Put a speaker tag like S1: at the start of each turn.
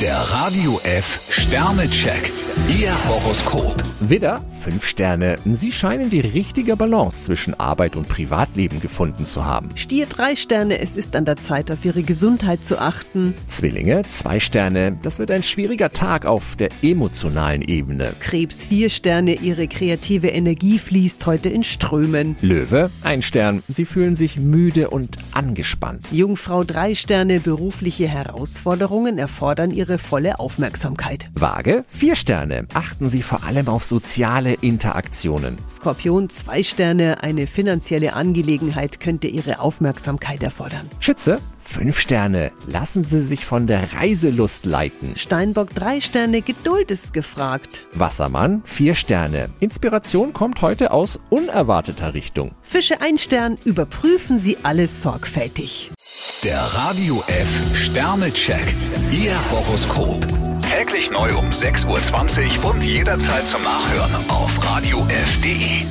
S1: Der Radio F Sternecheck. Ihr Horoskop.
S2: Widder, 5 Sterne. Sie scheinen die richtige Balance zwischen Arbeit und Privatleben gefunden zu haben.
S3: Stier drei Sterne, es ist an der Zeit, auf Ihre Gesundheit zu achten.
S2: Zwillinge, 2 Sterne. Das wird ein schwieriger Tag auf der emotionalen Ebene.
S3: Krebs vier Sterne, Ihre kreative Energie fließt heute in Strömen.
S2: Löwe, 1 Stern. Sie fühlen sich müde und angespannt.
S3: Jungfrau drei Sterne, berufliche Herausforderungen erfordern Ihre volle Aufmerksamkeit.
S2: Waage, 4 Sterne. Achten Sie vor allem auf soziale Interaktionen.
S3: Skorpion zwei Sterne, eine finanzielle Angelegenheit könnte Ihre Aufmerksamkeit erfordern.
S2: Schütze, 5 Sterne. Lassen Sie sich von der Reiselust leiten.
S3: Steinbock drei Sterne, Geduld ist gefragt.
S2: Wassermann, 4 Sterne. Inspiration kommt heute aus unerwarteter Richtung.
S3: Fische ein Stern, überprüfen Sie alles sorgfältig.
S1: Der Radio F Sternecheck. Ihr Horoskop. Täglich neu um 6.20 Uhr und jederzeit zum Nachhören auf Radio radiof.de.